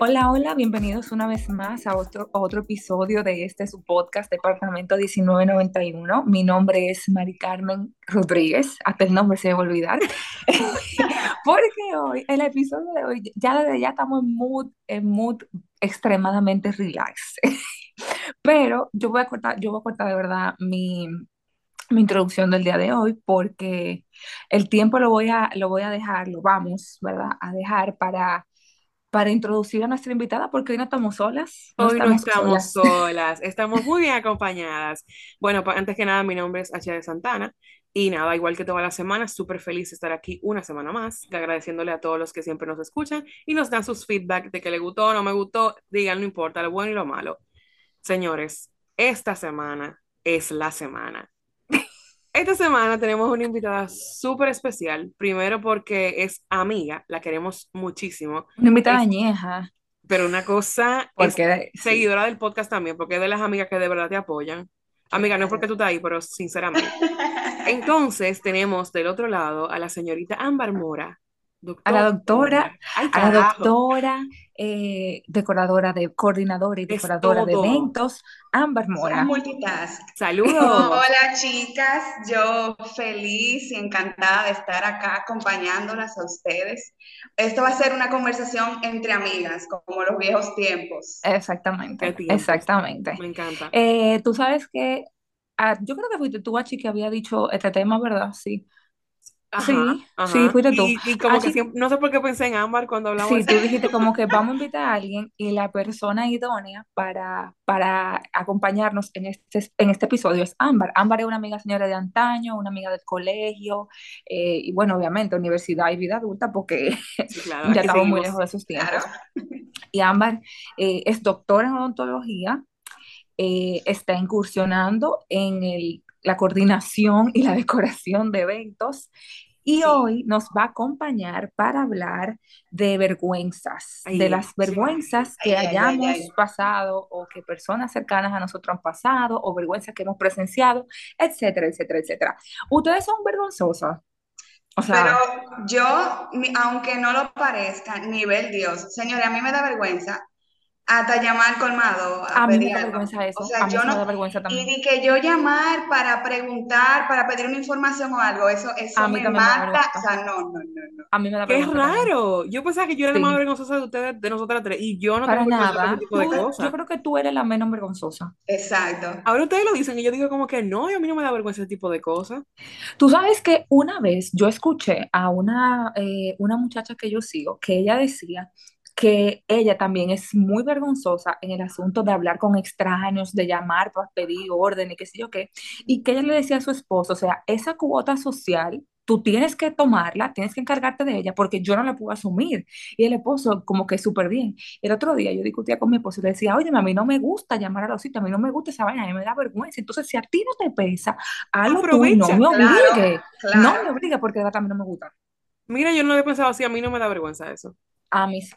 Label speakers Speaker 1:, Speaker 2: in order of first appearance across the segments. Speaker 1: Hola, hola, bienvenidos una vez más a otro, a otro episodio de este su podcast Departamento 1991. Mi nombre es Mari Carmen Rodríguez, hasta el nombre se me va a olvidar, porque hoy, el episodio de hoy, ya desde ya estamos en mood, en mood extremadamente relax. Pero yo voy a cortar, yo voy a cortar de verdad mi, mi introducción del día de hoy porque el tiempo lo voy a, lo voy a dejar, lo vamos, ¿verdad? A dejar para para introducir a nuestra invitada, porque hoy no estamos solas.
Speaker 2: No hoy estamos no estamos solas. solas. estamos muy bien acompañadas. Bueno, antes que nada, mi nombre es H. de Santana y nada, igual que todas las semanas, súper feliz de estar aquí una semana más, agradeciéndole a todos los que siempre nos escuchan y nos dan sus feedback de que le gustó o no me gustó, digan, no importa, lo bueno y lo malo. Señores, esta semana es la semana. Esta semana tenemos una invitada súper especial, primero porque es amiga, la queremos muchísimo.
Speaker 1: Una invitada añeja.
Speaker 2: Pero una cosa,
Speaker 1: porque,
Speaker 2: es seguidora sí. del podcast también, porque es de las amigas que de verdad te apoyan. Amiga, no es porque tú estás ahí, pero sinceramente. Entonces tenemos del otro lado a la señorita Ámbar Mora.
Speaker 1: Doctora, a la doctora, Ay, a la doctora, eh, decoradora de, coordinadora y decoradora de eventos, Ámbar Mora.
Speaker 3: multitask.
Speaker 2: Saludos.
Speaker 3: Hola chicas, yo feliz y encantada de estar acá acompañándolas a ustedes. Esto va a ser una conversación entre amigas, como los viejos tiempos.
Speaker 1: Exactamente, tiempos? exactamente.
Speaker 2: Me encanta.
Speaker 1: Eh, Tú sabes que, ah, yo creo que fuiste tú, Achi, que había dicho este tema, ¿verdad? Sí.
Speaker 2: Ajá,
Speaker 1: sí, ajá. Ah, sí, fuiste tú.
Speaker 2: Y, y como Así, que siempre, no sé por qué pensé en Ámbar cuando hablamos.
Speaker 1: Sí, tú dijiste como que vamos a invitar a alguien y la persona idónea para, para acompañarnos en este, en este episodio es Ámbar. Ámbar es una amiga señora de antaño, una amiga del colegio eh, y bueno, obviamente universidad y vida adulta porque
Speaker 2: sí, claro,
Speaker 1: ya estamos muy lejos de sus tiempos. Claro. Y Ámbar eh, es doctora en odontología. Eh, está incursionando en el la coordinación y la decoración de eventos. Y sí. hoy nos va a acompañar para hablar de vergüenzas, ay, de las vergüenzas sí. que ay, hayamos ay, pasado o que personas cercanas a nosotros han pasado o vergüenzas que hemos presenciado, etcétera, etcétera, etcétera. Ustedes son vergonzosas.
Speaker 3: O sea, Pero yo, aunque no lo parezca, nivel Dios, señores, a mí me da vergüenza hasta llamar colmado
Speaker 1: a, a mí pedir me da vergüenza eso.
Speaker 3: O sea,
Speaker 1: a
Speaker 3: yo
Speaker 1: mí
Speaker 3: no,
Speaker 1: me da vergüenza también.
Speaker 3: Y ni que yo llamar para preguntar, para pedir una información o algo, eso, eso
Speaker 1: a
Speaker 3: mí me
Speaker 1: mata.
Speaker 3: Me o sea, no, no, no, no.
Speaker 1: A mí me da
Speaker 2: Qué
Speaker 1: vergüenza
Speaker 2: raro. También. Yo pensaba que yo era la sí. más vergonzosa de ustedes, de nosotras tres, y yo no
Speaker 1: para
Speaker 2: tengo
Speaker 1: nada.
Speaker 2: Ese tipo de
Speaker 1: tú,
Speaker 2: cosas.
Speaker 1: Yo creo que tú eres la menos vergonzosa.
Speaker 3: Exacto.
Speaker 2: Ahora ustedes lo dicen y yo digo como que no, y a mí no me da vergüenza ese tipo de cosas.
Speaker 1: Tú sabes que una vez yo escuché a una, eh, una muchacha que yo sigo, que ella decía que ella también es muy vergonzosa en el asunto de hablar con extraños, de llamar para pedir órdenes, qué sé yo qué, y que ella le decía a su esposo, o sea, esa cuota social tú tienes que tomarla, tienes que encargarte de ella porque yo no la puedo asumir. Y el esposo como que súper bien. El otro día yo discutía con mi esposo y le decía, oye, a mí no me gusta llamar a los sitios, a mí no me gusta esa vaina, a mí me da vergüenza. Entonces, si a ti no te pesa, hazlo
Speaker 2: Aprovecha,
Speaker 1: tú y no me
Speaker 3: claro,
Speaker 1: obligue.
Speaker 3: claro.
Speaker 1: No me obligue porque de verdad a mí no me gusta.
Speaker 2: Mira, yo no lo he pensado así, a mí no me da vergüenza eso.
Speaker 1: A mí sí.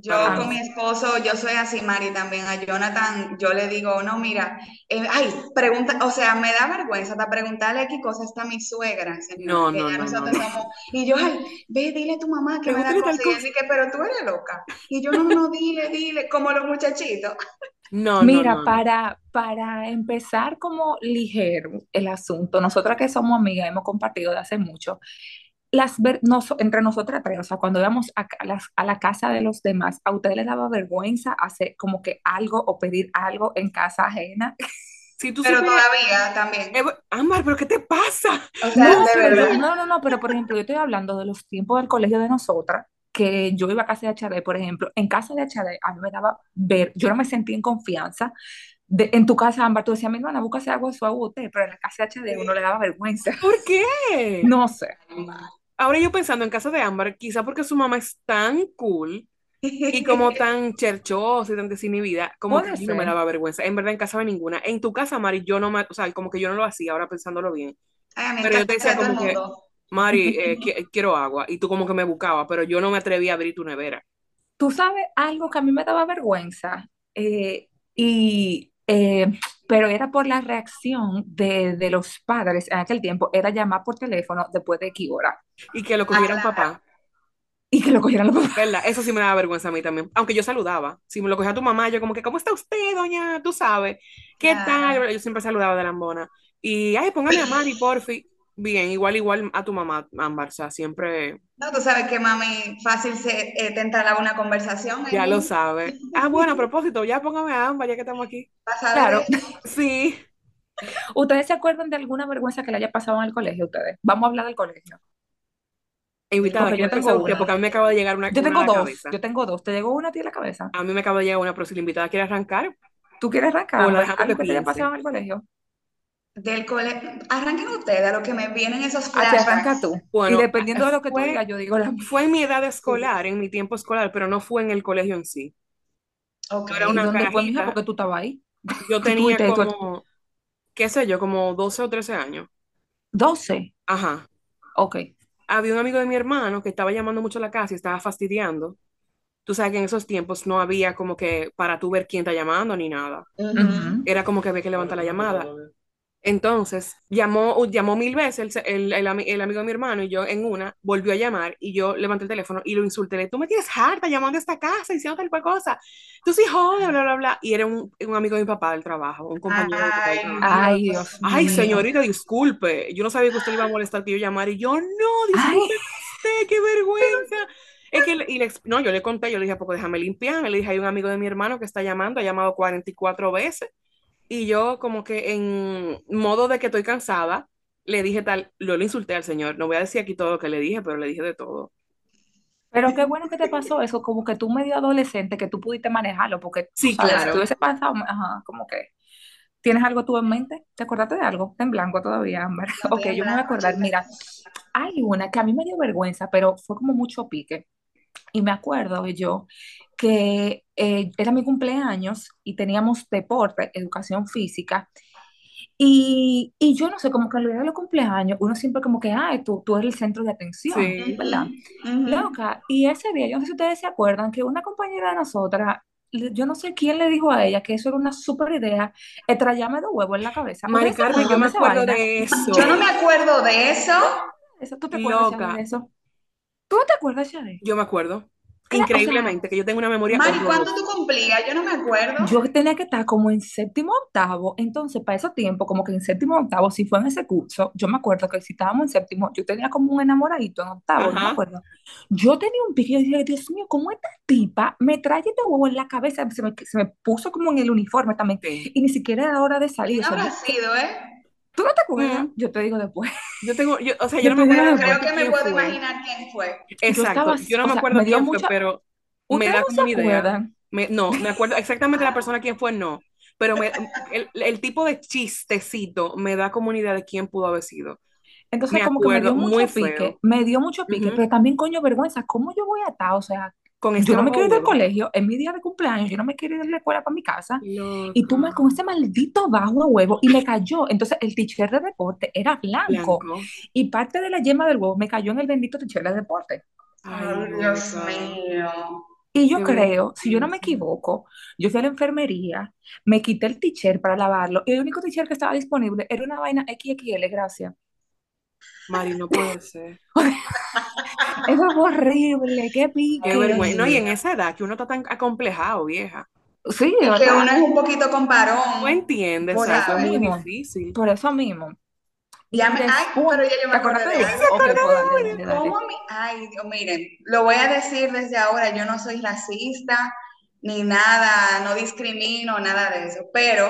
Speaker 3: Yo ah, con mi esposo, yo soy así, Mari, también a Jonathan, yo le digo, no, mira, eh, ay, pregunta, o sea, me da vergüenza hasta preguntarle qué cosa está mi suegra, señor,
Speaker 2: no,
Speaker 3: que
Speaker 2: no,
Speaker 3: ya
Speaker 2: no,
Speaker 3: nosotros somos, y yo, ay, ve, dile a tu mamá que me da
Speaker 2: Pregúntale tal
Speaker 3: cosa, y él dice, pero tú eres loca, y yo, no, no, no, dile, dile, como los muchachitos.
Speaker 2: No,
Speaker 1: Mira,
Speaker 2: no, no,
Speaker 1: para, para empezar como ligero el asunto, nosotras que somos amigas, hemos compartido de hace mucho, las ver nos entre nosotras tres, o sea, cuando íbamos a, las a la casa de los demás, ¿a ustedes les daba vergüenza hacer como que algo o pedir algo en casa ajena?
Speaker 2: Si tú
Speaker 3: Pero
Speaker 2: supieras-
Speaker 3: todavía también.
Speaker 2: Eh, bu- Ámbar, ¿pero qué te pasa?
Speaker 3: O sea,
Speaker 1: no,
Speaker 3: de
Speaker 1: pero-
Speaker 3: verdad.
Speaker 1: no, no, no, pero por ejemplo, yo estoy hablando de los tiempos del colegio de nosotras, que yo iba a casa de HD, por ejemplo, en casa de HD a mí me daba ver, yo no me sentía en confianza. De, en tu casa, Ámbar, tú decías, mi hermana, búscase agua su agua, usted", pero en la casa de HD uno le daba vergüenza.
Speaker 2: ¿Por qué?
Speaker 1: No sé.
Speaker 2: Ahora yo pensando en casa de Ámbar, quizá porque su mamá es tan cool y como tan cherchosa y tan desinhibida, como que
Speaker 1: Puede
Speaker 2: a mí no me
Speaker 1: ser.
Speaker 2: daba vergüenza. En verdad, en casa de ninguna. En tu casa, Mari, yo no me, o sea, como que yo no lo hacía, ahora pensándolo bien.
Speaker 3: Ay, a mí
Speaker 2: Pero yo
Speaker 3: en
Speaker 2: te
Speaker 3: casa
Speaker 2: decía
Speaker 3: de todo el
Speaker 2: como que,
Speaker 3: mundo.
Speaker 2: eh, Mari, eh, qui- quiero agua. Y tú como que me buscabas, pero yo no me atrevía a abrir tu nevera.
Speaker 1: Tú sabes algo que a mí me daba vergüenza, eh, y, eh, pero era por la reacción de, de los padres en aquel tiempo, era llamar por teléfono después de qué hora,
Speaker 2: Y que lo cogiera un
Speaker 3: Ah.
Speaker 2: papá.
Speaker 1: y que lo cogieran los papás.
Speaker 2: ¿Verdad? Eso sí me daba vergüenza a mí también. Aunque yo saludaba. Si me lo cogía tu mamá, yo como que, ¿cómo está usted, doña? Tú sabes. ¿Qué
Speaker 3: Claro.
Speaker 2: tal? Yo siempre saludaba de lambona. Y, ay, póngale a Mari, porfi. Bien, igual, igual a tu mamá, Ámbar. O sea, siempre,
Speaker 3: No, tú sabes que mami fácil se eh, te entabla una conversación
Speaker 2: ya
Speaker 3: en
Speaker 2: lo
Speaker 3: un
Speaker 2: sabe. Ah, bueno, a propósito, ya póngame a Ámbar, ya que estamos aquí.
Speaker 3: pasadero.
Speaker 1: Claro,
Speaker 2: Sí.
Speaker 1: ¿ustedes se acuerdan de alguna vergüenza que le haya pasado en el colegio a ustedes? Vamos a hablar del colegio.
Speaker 2: Invitada,
Speaker 1: Porque yo
Speaker 2: ¿quieres
Speaker 1: tengo
Speaker 2: pensar usted?
Speaker 1: una.
Speaker 2: Porque a mí me acaba de llegar una,
Speaker 1: Yo
Speaker 2: una a
Speaker 1: tengo
Speaker 2: la
Speaker 1: dos,
Speaker 2: cabeza.
Speaker 1: yo tengo dos. ¿Te llegó una a ti a la cabeza?
Speaker 2: A mí me acaba de llegar una, pero si la invitada quiere arrancar,
Speaker 1: ¿Tú quieres
Speaker 2: o
Speaker 1: arrancar?
Speaker 2: la
Speaker 1: Ámbar?
Speaker 2: dejamos que
Speaker 1: ¿Algo que te haya
Speaker 2: piense.
Speaker 1: pasado en el colegio?
Speaker 3: Del cole... Arranquen ustedes a lo que me vienen esos
Speaker 1: Así Ah, arranca
Speaker 3: flashbacks.
Speaker 1: tú. Y
Speaker 2: Bueno,
Speaker 1: dependiendo de lo que tú
Speaker 2: fue,
Speaker 1: digas, yo digo la mía.
Speaker 2: fue en mi edad escolar, en mi tiempo escolar, pero no fue en el colegio en sí.
Speaker 3: Ok.
Speaker 2: Yo era
Speaker 1: ¿Y
Speaker 2: una
Speaker 1: dónde fue, mija?
Speaker 2: carajita.
Speaker 1: Porque tú estabas ahí.
Speaker 2: Yo
Speaker 1: Tú
Speaker 2: tenía
Speaker 1: fuiste, tú,
Speaker 2: como, qué sé yo, como 12 o 13 años.
Speaker 1: 12.
Speaker 2: Ajá.
Speaker 1: Ok.
Speaker 2: Había un amigo de mi hermano que estaba llamando mucho a la casa y estaba fastidiando. Tú sabes que en esos tiempos no había como que para tú ver quién está llamando ni nada.
Speaker 3: Ujú.
Speaker 1: Ujú.
Speaker 2: Era como que había que levantar la llamada. Entonces, llamó, llamó mil veces el, se- el- el ami- el amigo de mi hermano y yo en una, volvió a llamar y yo levanté el teléfono y lo insulté. le dije, Tú me tienes harta llamando a esta casa, diciendo tal cual cosa. Tú sí jode, bla, bla, bla. Y era un, un amigo de mi papá del trabajo, un compañero de mi papá del
Speaker 3: Ay,
Speaker 2: trabajo.
Speaker 3: Dios
Speaker 1: Ay, Dios
Speaker 2: Ay,
Speaker 1: mío.
Speaker 2: señorita, disculpe. Yo no sabía que usted le iba a molestar que yo llamara. Y yo, no,
Speaker 1: Ay,
Speaker 2: discúlpeme usted, qué vergüenza. Es que, le- y le ex- no, yo le conté, yo le dije, "Ah, pues déjame limpiarme. Le dije, hay un amigo de mi hermano que está llamando, ha llamado 44 veces. Y yo, como que en modo de que estoy cansada, le dije tal, yo le insulté al señor. No voy a decir aquí todo lo que le dije, pero le dije de todo.
Speaker 1: pero qué bueno que te pasó eso. Como que tú medio adolescente, que tú pudiste manejarlo. Porque tú
Speaker 2: Sí,
Speaker 1: sabes, si te
Speaker 2: claro.
Speaker 1: hubiese pasado, ajá, como que. ¿Tienes algo tú en mente? ¿Te acordaste de algo? Está en blanco todavía, Ámbar.
Speaker 3: no
Speaker 1: Ok,
Speaker 3: estoy en
Speaker 1: yo me voy a
Speaker 3: blanco,
Speaker 1: acordar.
Speaker 3: chica.
Speaker 1: Mira, hay una que a mí me dio vergüenza, pero fue como mucho pique. Y me acuerdo yo que eh, era mi cumpleaños y teníamos deporte, educación física. Y, y yo no sé, como que a la hora de los cumpleaños, uno siempre como que, ay, tú, tú eres el centro de atención,
Speaker 2: Sí.
Speaker 1: ¿verdad?
Speaker 3: Ujú,
Speaker 1: Loca, y ese día, yo no sé si ustedes se acuerdan, que una compañera de nosotras, le- yo no sé quién le dijo a ella que eso era una super idea, estrellarme de huevo en la cabeza.
Speaker 2: Mari
Speaker 1: ¿Ustedes se
Speaker 2: Carmen, yo
Speaker 1: acuerdan
Speaker 2: me
Speaker 1: de esa vaina?
Speaker 2: acuerdo de
Speaker 3: ujú. Yo no me
Speaker 2: eso.
Speaker 3: acuerdo de eso.
Speaker 1: ¿Eso, ¿Tú te acuerdas, Shade, de
Speaker 2: Loca,
Speaker 1: eso? ¿Tú no te acuerdas, Shade?
Speaker 2: yo me acuerdo.
Speaker 1: Cla- o sea,
Speaker 2: Increíblemente, que yo tengo una memoria
Speaker 3: Mari, ¿cuánto
Speaker 2: horrorosa.
Speaker 3: tú cumplías? Yo no me acuerdo.
Speaker 1: yo tenía que estar como en séptimo octavo, entonces para ese tiempo, como que en séptimo octavo, si fue en ese curso, yo me acuerdo que si estábamos en séptimo, yo tenía como un enamoradito en octavo, no me
Speaker 2: Ajá.
Speaker 1: acuerdo. Yo tenía un pique y dije, Dios mío, ¿cómo esta tipa me trae este huevo en la cabeza? Se me, se me puso como en el uniforme también,
Speaker 2: Sí.
Speaker 1: y ni siquiera era hora de salir,
Speaker 3: ¿Quién
Speaker 1: o sea,
Speaker 3: habrá
Speaker 1: yo, ¿qué?
Speaker 3: sido, eh?
Speaker 1: ¿tú no te acuerdas?
Speaker 2: Mm,
Speaker 1: Yo te digo después,
Speaker 2: Yo tengo, yo, o sea, yo
Speaker 1: yo
Speaker 2: no
Speaker 1: te
Speaker 2: me
Speaker 1: digo
Speaker 2: acuerdo
Speaker 3: Pero
Speaker 1: después.
Speaker 2: realmente
Speaker 3: creo que
Speaker 2: quién
Speaker 3: me puedo
Speaker 2: fue.
Speaker 3: imaginar quién fue.
Speaker 1: Yo
Speaker 2: Exacto,
Speaker 1: estaba,
Speaker 2: yo no
Speaker 1: o
Speaker 2: me
Speaker 1: sea,
Speaker 2: acuerdo
Speaker 1: me dio
Speaker 2: quién fue,
Speaker 1: mucha,
Speaker 2: pero me
Speaker 1: ¿ustedes
Speaker 2: da
Speaker 1: no
Speaker 2: como
Speaker 1: se
Speaker 2: una idea.
Speaker 1: acuerdan?
Speaker 2: Me, no, me acuerdo exactamente la persona quién fue, no, pero me, el, el tipo de chistecito me da como una idea de quién pudo haber sido.
Speaker 1: Entonces,
Speaker 2: Me
Speaker 1: como que me
Speaker 2: acuerdo,
Speaker 1: dio
Speaker 2: muy
Speaker 1: mucho pique,
Speaker 2: feo.
Speaker 1: me dio mucho pique,
Speaker 2: Ujú.
Speaker 1: pero también, coño, vergüenza, ¿cómo yo voy a estar? O sea,
Speaker 2: Con este
Speaker 1: yo no me
Speaker 2: mamá
Speaker 1: quiero ir del
Speaker 2: huevo.
Speaker 1: colegio, es mi día de cumpleaños, yo no me quiero ir de la escuela para mi casa, y tú
Speaker 2: Loca.
Speaker 1: me con ese maldito bajo a huevo, y me cayó. Entonces, el t-shirt de deporte era blanco,
Speaker 2: Blanco.
Speaker 1: y parte de la yema del huevo me cayó en el bendito t-shirt de deporte.
Speaker 2: Ay,
Speaker 3: Ay, Dios
Speaker 2: loca.
Speaker 3: mío.
Speaker 1: Y yo
Speaker 2: Qué
Speaker 1: creo, si yo no me
Speaker 2: vergüenza.
Speaker 1: equivoco, yo fui a la enfermería, me quité el t-shirt para lavarlo, y el único t-shirt que estaba disponible era una vaina XXL, gracias.
Speaker 2: Mari, no puede ser.
Speaker 1: Eso es horrible, qué
Speaker 2: Qué
Speaker 1: pique.
Speaker 2: vergüenza. No, y en
Speaker 3: Ay.
Speaker 2: esa edad que uno está tan acomplejado, vieja.
Speaker 1: Sí, de
Speaker 3: Y que uno
Speaker 1: verdad,
Speaker 3: es un poquito
Speaker 2: No
Speaker 3: comparón,
Speaker 2: entiende,
Speaker 1: por
Speaker 2: exacto,
Speaker 1: eso
Speaker 2: es
Speaker 3: ¿sabes?
Speaker 2: muy
Speaker 1: mismo,
Speaker 2: difícil.
Speaker 1: por eso mismo.
Speaker 3: Ya
Speaker 1: Y
Speaker 3: me, ay,
Speaker 1: después,
Speaker 3: pero ya yo me
Speaker 1: ¿te
Speaker 3: acordé
Speaker 1: acordaste
Speaker 3: de
Speaker 1: de
Speaker 3: algo.
Speaker 1: una? Ok, pues dale, dale,
Speaker 3: ¿Cómo
Speaker 1: dale.
Speaker 3: a mí? Ay, Dios, miren, lo voy a decir desde ahora, yo no soy racista ni nada, no discrimino, nada de eso, pero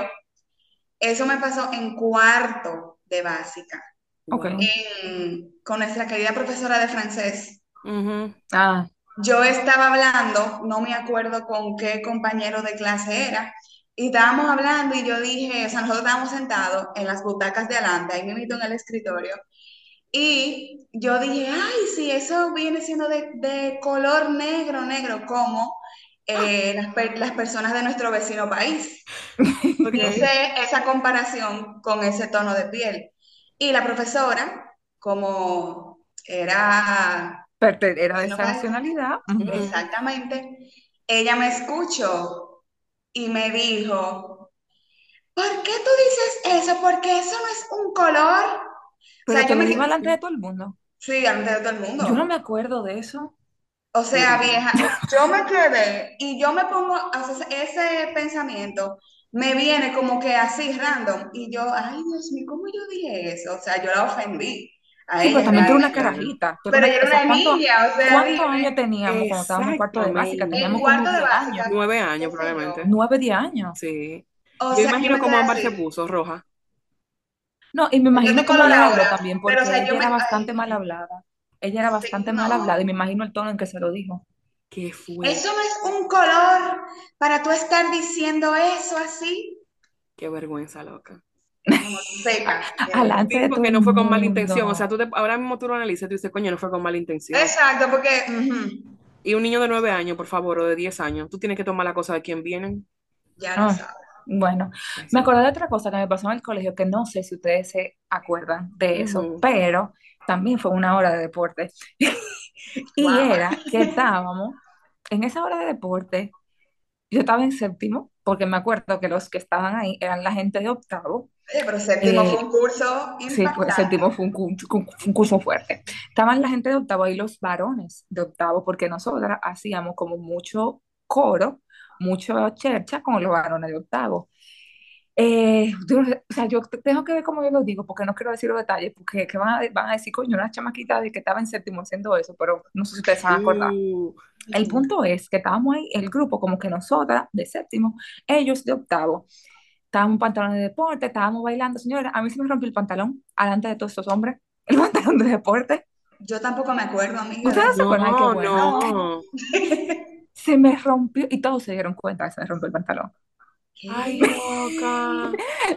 Speaker 3: eso me pasó en cuarto de básica,
Speaker 1: Ok.
Speaker 2: Wow.
Speaker 3: en- con nuestra querida profesora de francés.
Speaker 1: Ah,
Speaker 3: Yo estaba hablando, no me acuerdo con qué compañero de clase era, y estábamos hablando y yo dije, o sea, nosotros estábamos sentados en las butacas de adelante, ahí mismo en el escritorio, y yo dije, ay, sí, eso viene siendo de, de color negro, negro, como eh, las, per- las personas de nuestro vecino país.
Speaker 2: Ok.
Speaker 3: Hice esa comparación con ese tono de piel. Y la profesora, como era
Speaker 1: Pero era de
Speaker 3: No
Speaker 1: esa
Speaker 3: vale.
Speaker 1: nacionalidad. Ujú.
Speaker 3: Exactamente. Ella me escuchó y me dijo, ¿por qué tú dices eso? Porque eso no es un color.
Speaker 1: Pero
Speaker 3: sea,
Speaker 1: te
Speaker 3: yo
Speaker 1: lo
Speaker 3: me
Speaker 1: digo
Speaker 3: quedé-
Speaker 1: delante de todo el mundo.
Speaker 3: Sí, delante de todo el mundo.
Speaker 1: Yo no me acuerdo de eso.
Speaker 3: O sea, vieja, yo me quedé y yo me pongo, o sea, ese pensamiento me viene como que así random y yo, ay Dios mío, ¿cómo yo dije eso? O sea, yo la ofendí a
Speaker 1: Sí,
Speaker 3: ella
Speaker 1: pero también tú eres una
Speaker 3: realmente.
Speaker 1: carajita. tú eres
Speaker 3: Pero
Speaker 1: una-
Speaker 3: yo era
Speaker 1: o sea,
Speaker 3: una
Speaker 1: ¿cuánto-
Speaker 3: niña, o sea,
Speaker 1: ¿Cuántos
Speaker 3: dime,
Speaker 1: años teníamos cuando estábamos en cuarto de básica?
Speaker 2: Exactamente.
Speaker 1: Teníamos como
Speaker 3: en cuarto de
Speaker 1: 10 años,
Speaker 3: básica,
Speaker 2: Nueve años
Speaker 3: qué sé yo.
Speaker 2: probablemente.
Speaker 1: 9, 10 años.
Speaker 2: Sí.
Speaker 3: O
Speaker 2: Yo
Speaker 3: sea, yo
Speaker 2: imagino
Speaker 3: me
Speaker 2: cómo
Speaker 3: quedé
Speaker 2: Amber se
Speaker 3: así.
Speaker 2: puso roja.
Speaker 1: No, y me
Speaker 3: Yo
Speaker 1: imagino
Speaker 3: estoy
Speaker 1: cómo ella
Speaker 3: colorada
Speaker 1: habló
Speaker 3: ahora,
Speaker 1: también,
Speaker 3: pero o
Speaker 1: porque
Speaker 3: sea,
Speaker 1: ella
Speaker 3: yo me,
Speaker 1: era
Speaker 3: ay,
Speaker 1: bastante mal hablada. Ella era
Speaker 3: sí,
Speaker 1: bastante mal hablada y
Speaker 3: no.
Speaker 1: me imagino el tono en que se lo dijo.
Speaker 2: Qué fuerte.
Speaker 3: Eso no es un color para tú estar diciendo eso así.
Speaker 2: Qué vergüenza, loca.
Speaker 3: Como seca, eh.
Speaker 1: Alante
Speaker 2: Sí,
Speaker 1: de todo
Speaker 2: porque
Speaker 1: el
Speaker 2: no fue con mala intención. O sea,
Speaker 1: mundo.
Speaker 2: tú te- ahora mismo tú lo analizas y tú dices, coño, no fue con mala intención.
Speaker 3: Eh, Exacto, porque ujú,
Speaker 2: Y un niño de nueve años, por favor, o de diez años, tú tienes que tomar la cosa de quien vienen.
Speaker 3: ya lo
Speaker 1: Ah,
Speaker 3: sabes.
Speaker 1: bueno, me
Speaker 2: Eso.
Speaker 1: acordé de otra cosa que me pasó en el colegio, que no sé si ustedes se acuerdan de eso,
Speaker 2: Ujú.
Speaker 1: pero también fue una hora de deporte. Y
Speaker 3: Wow.
Speaker 1: era que estábamos en esa hora de deporte, yo estaba en séptimo, porque me acuerdo que los que estaban ahí eran la gente de octavo.
Speaker 3: Oye, pero séptimo fue
Speaker 1: Eh,
Speaker 3: un curso
Speaker 1: Sí, pues
Speaker 3: impactante.
Speaker 1: séptimo fue un, cu- cu- fue un curso fuerte. Estaban la gente de octavo y los varones de octavo, porque nosotras hacíamos como mucho coro, mucho chercha con los varones de octavo. Eh, yo no sé, o sea, yo te- tengo que ver cómo yo lo digo, porque no quiero decir los detalles, porque que van, a, de- van a decir, coño, una chamaquita de que estaba en séptimo haciendo eso, pero no sé si ustedes se van a acordar.
Speaker 2: Uh,
Speaker 1: El punto es que estábamos ahí, el grupo, como que nosotras de séptimo, ellos de octavo. Estábamos en pantalones de deporte, estábamos bailando. Señora, a mí se me rompió el pantalón delante de todos estos hombres. El pantalón de deporte.
Speaker 3: Yo tampoco me acuerdo, amiga, de
Speaker 1: ¿Ustedes se
Speaker 3: eso.
Speaker 1: acuerdan? Ay, qué
Speaker 2: no,
Speaker 1: bueno.
Speaker 2: no.
Speaker 1: Se me rompió y todos se dieron cuenta que se me rompió el pantalón.
Speaker 2: Ay,
Speaker 3: ¿Qué?
Speaker 2: loca.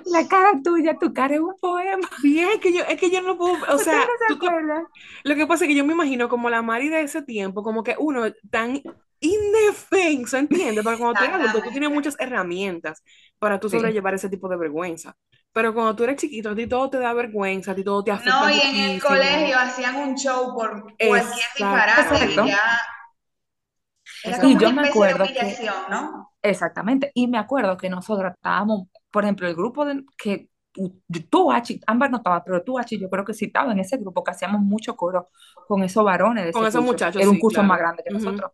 Speaker 1: La cara tuya, tu cara es un poema.
Speaker 2: Bien, que yo, es que yo no puedo, o
Speaker 1: ¿Ustedes
Speaker 2: sea,
Speaker 1: no se
Speaker 2: tú te-
Speaker 1: acuerdan?
Speaker 2: lo que pasa es que yo me imagino como la Mari de ese tiempo, como que uno tan indefenso, ¿entiendes? Porque cuando tú eres adulto, tú tienes
Speaker 3: Exactamente.
Speaker 2: muchas herramientas para tú
Speaker 1: Sí.
Speaker 2: sobrellevar ese tipo de vergüenza. Pero cuando tú eres chiquito, a ti todo te da vergüenza, a ti todo te afecta
Speaker 3: No, y en el
Speaker 2: muchísimo.
Speaker 3: colegio hacían un show por cualquier disparate y
Speaker 2: Exactamente,
Speaker 1: Exacto.
Speaker 3: ya era como
Speaker 1: Y
Speaker 3: una
Speaker 1: yo me
Speaker 2: exactamente.
Speaker 3: especie de
Speaker 1: acuerdo que,
Speaker 3: humillación, ¿no?
Speaker 1: exactamente, y me acuerdo que nosotros estábamos, por ejemplo, el grupo de, que tú, tú, Achi, Ámbar no estaba, pero tú, Achi, yo creo que sí estaba en ese grupo que hacíamos mucho coro con esos varones de
Speaker 2: Con
Speaker 1: ese
Speaker 2: esos
Speaker 1: curso.
Speaker 2: muchachos,
Speaker 1: Era un
Speaker 2: sí,
Speaker 1: curso más
Speaker 2: claro.
Speaker 1: grande que
Speaker 2: Ujú.
Speaker 1: nosotros.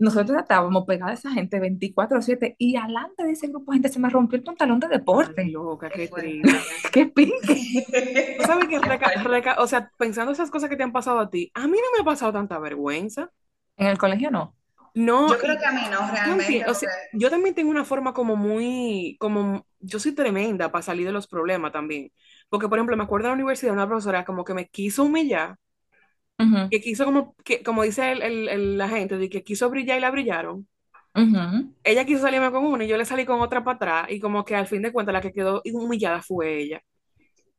Speaker 1: Nosotros estábamos pegados a esa gente 24-7 y alante de ese grupo de gente se me rompió el pantalón de
Speaker 2: Ay,
Speaker 1: deporte.
Speaker 2: loca,
Speaker 3: Qué
Speaker 2: qué
Speaker 3: fuerte,
Speaker 2: triste.
Speaker 3: amiga.
Speaker 1: ¡Qué pinche!
Speaker 2: Tú sabes que,
Speaker 3: Qué
Speaker 2: reca-
Speaker 3: fuerte.
Speaker 2: reca- o sea, pensando esas cosas que te han pasado a ti, a mí no me ha pasado tanta vergüenza.
Speaker 1: En el colegio no.
Speaker 2: No,
Speaker 3: Yo creo
Speaker 2: y
Speaker 3: que a mí no,
Speaker 2: tú
Speaker 3: realmente,
Speaker 2: entiendes, o sea,
Speaker 3: porque
Speaker 2: yo también tengo una forma como muy, como, yo soy tremenda para salir de los problemas también. Porque, por ejemplo, me acuerdo en la universidad una profesora como que me quiso humillar,
Speaker 1: Ujú,
Speaker 2: que quiso como, que, como dice el- el- el- la gente, de que quiso brillar y la brillaron.
Speaker 1: ujú.
Speaker 2: Ella quiso salirme con una y yo le salí con otra para atrás y como que al fin de cuentas la que quedó humillada fue ella.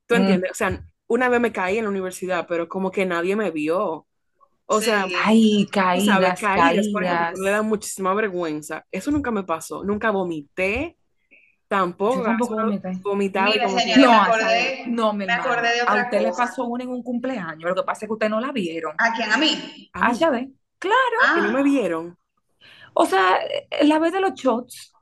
Speaker 2: ¿Tú
Speaker 1: Mm.
Speaker 2: entiendes? O sea, una vez me caí en la universidad, pero como que nadie me vio. O sea,
Speaker 3: sí.
Speaker 1: Ay,
Speaker 2: tú sabes,
Speaker 1: caídas,
Speaker 2: caídas, por ejemplo, que me da
Speaker 1: caídas.
Speaker 2: muchísima vergüenza. Eso nunca me pasó. Nunca vomité,
Speaker 1: Yo
Speaker 2: tampoco. A veces
Speaker 1: tampoco
Speaker 2: uno
Speaker 1: vomité.
Speaker 2: vomitaba y
Speaker 3: Mire,
Speaker 2: como
Speaker 3: señora,
Speaker 2: que,
Speaker 3: me
Speaker 1: No, Azael,
Speaker 3: acordé,
Speaker 1: no, mi
Speaker 3: me acordé
Speaker 1: hermana.
Speaker 3: de
Speaker 1: A
Speaker 3: otra
Speaker 1: usted le
Speaker 3: cosa.
Speaker 1: pasó una en un cumpleaños. Lo que pasa es que usted no la vieron.
Speaker 3: ¿A quién? ¿A mí?
Speaker 2: a
Speaker 1: Ah, ya
Speaker 2: mí,
Speaker 1: ve. Claro.
Speaker 2: que no me
Speaker 3: Ah,
Speaker 2: vieron.
Speaker 1: O sea, eh, la vez de los shots.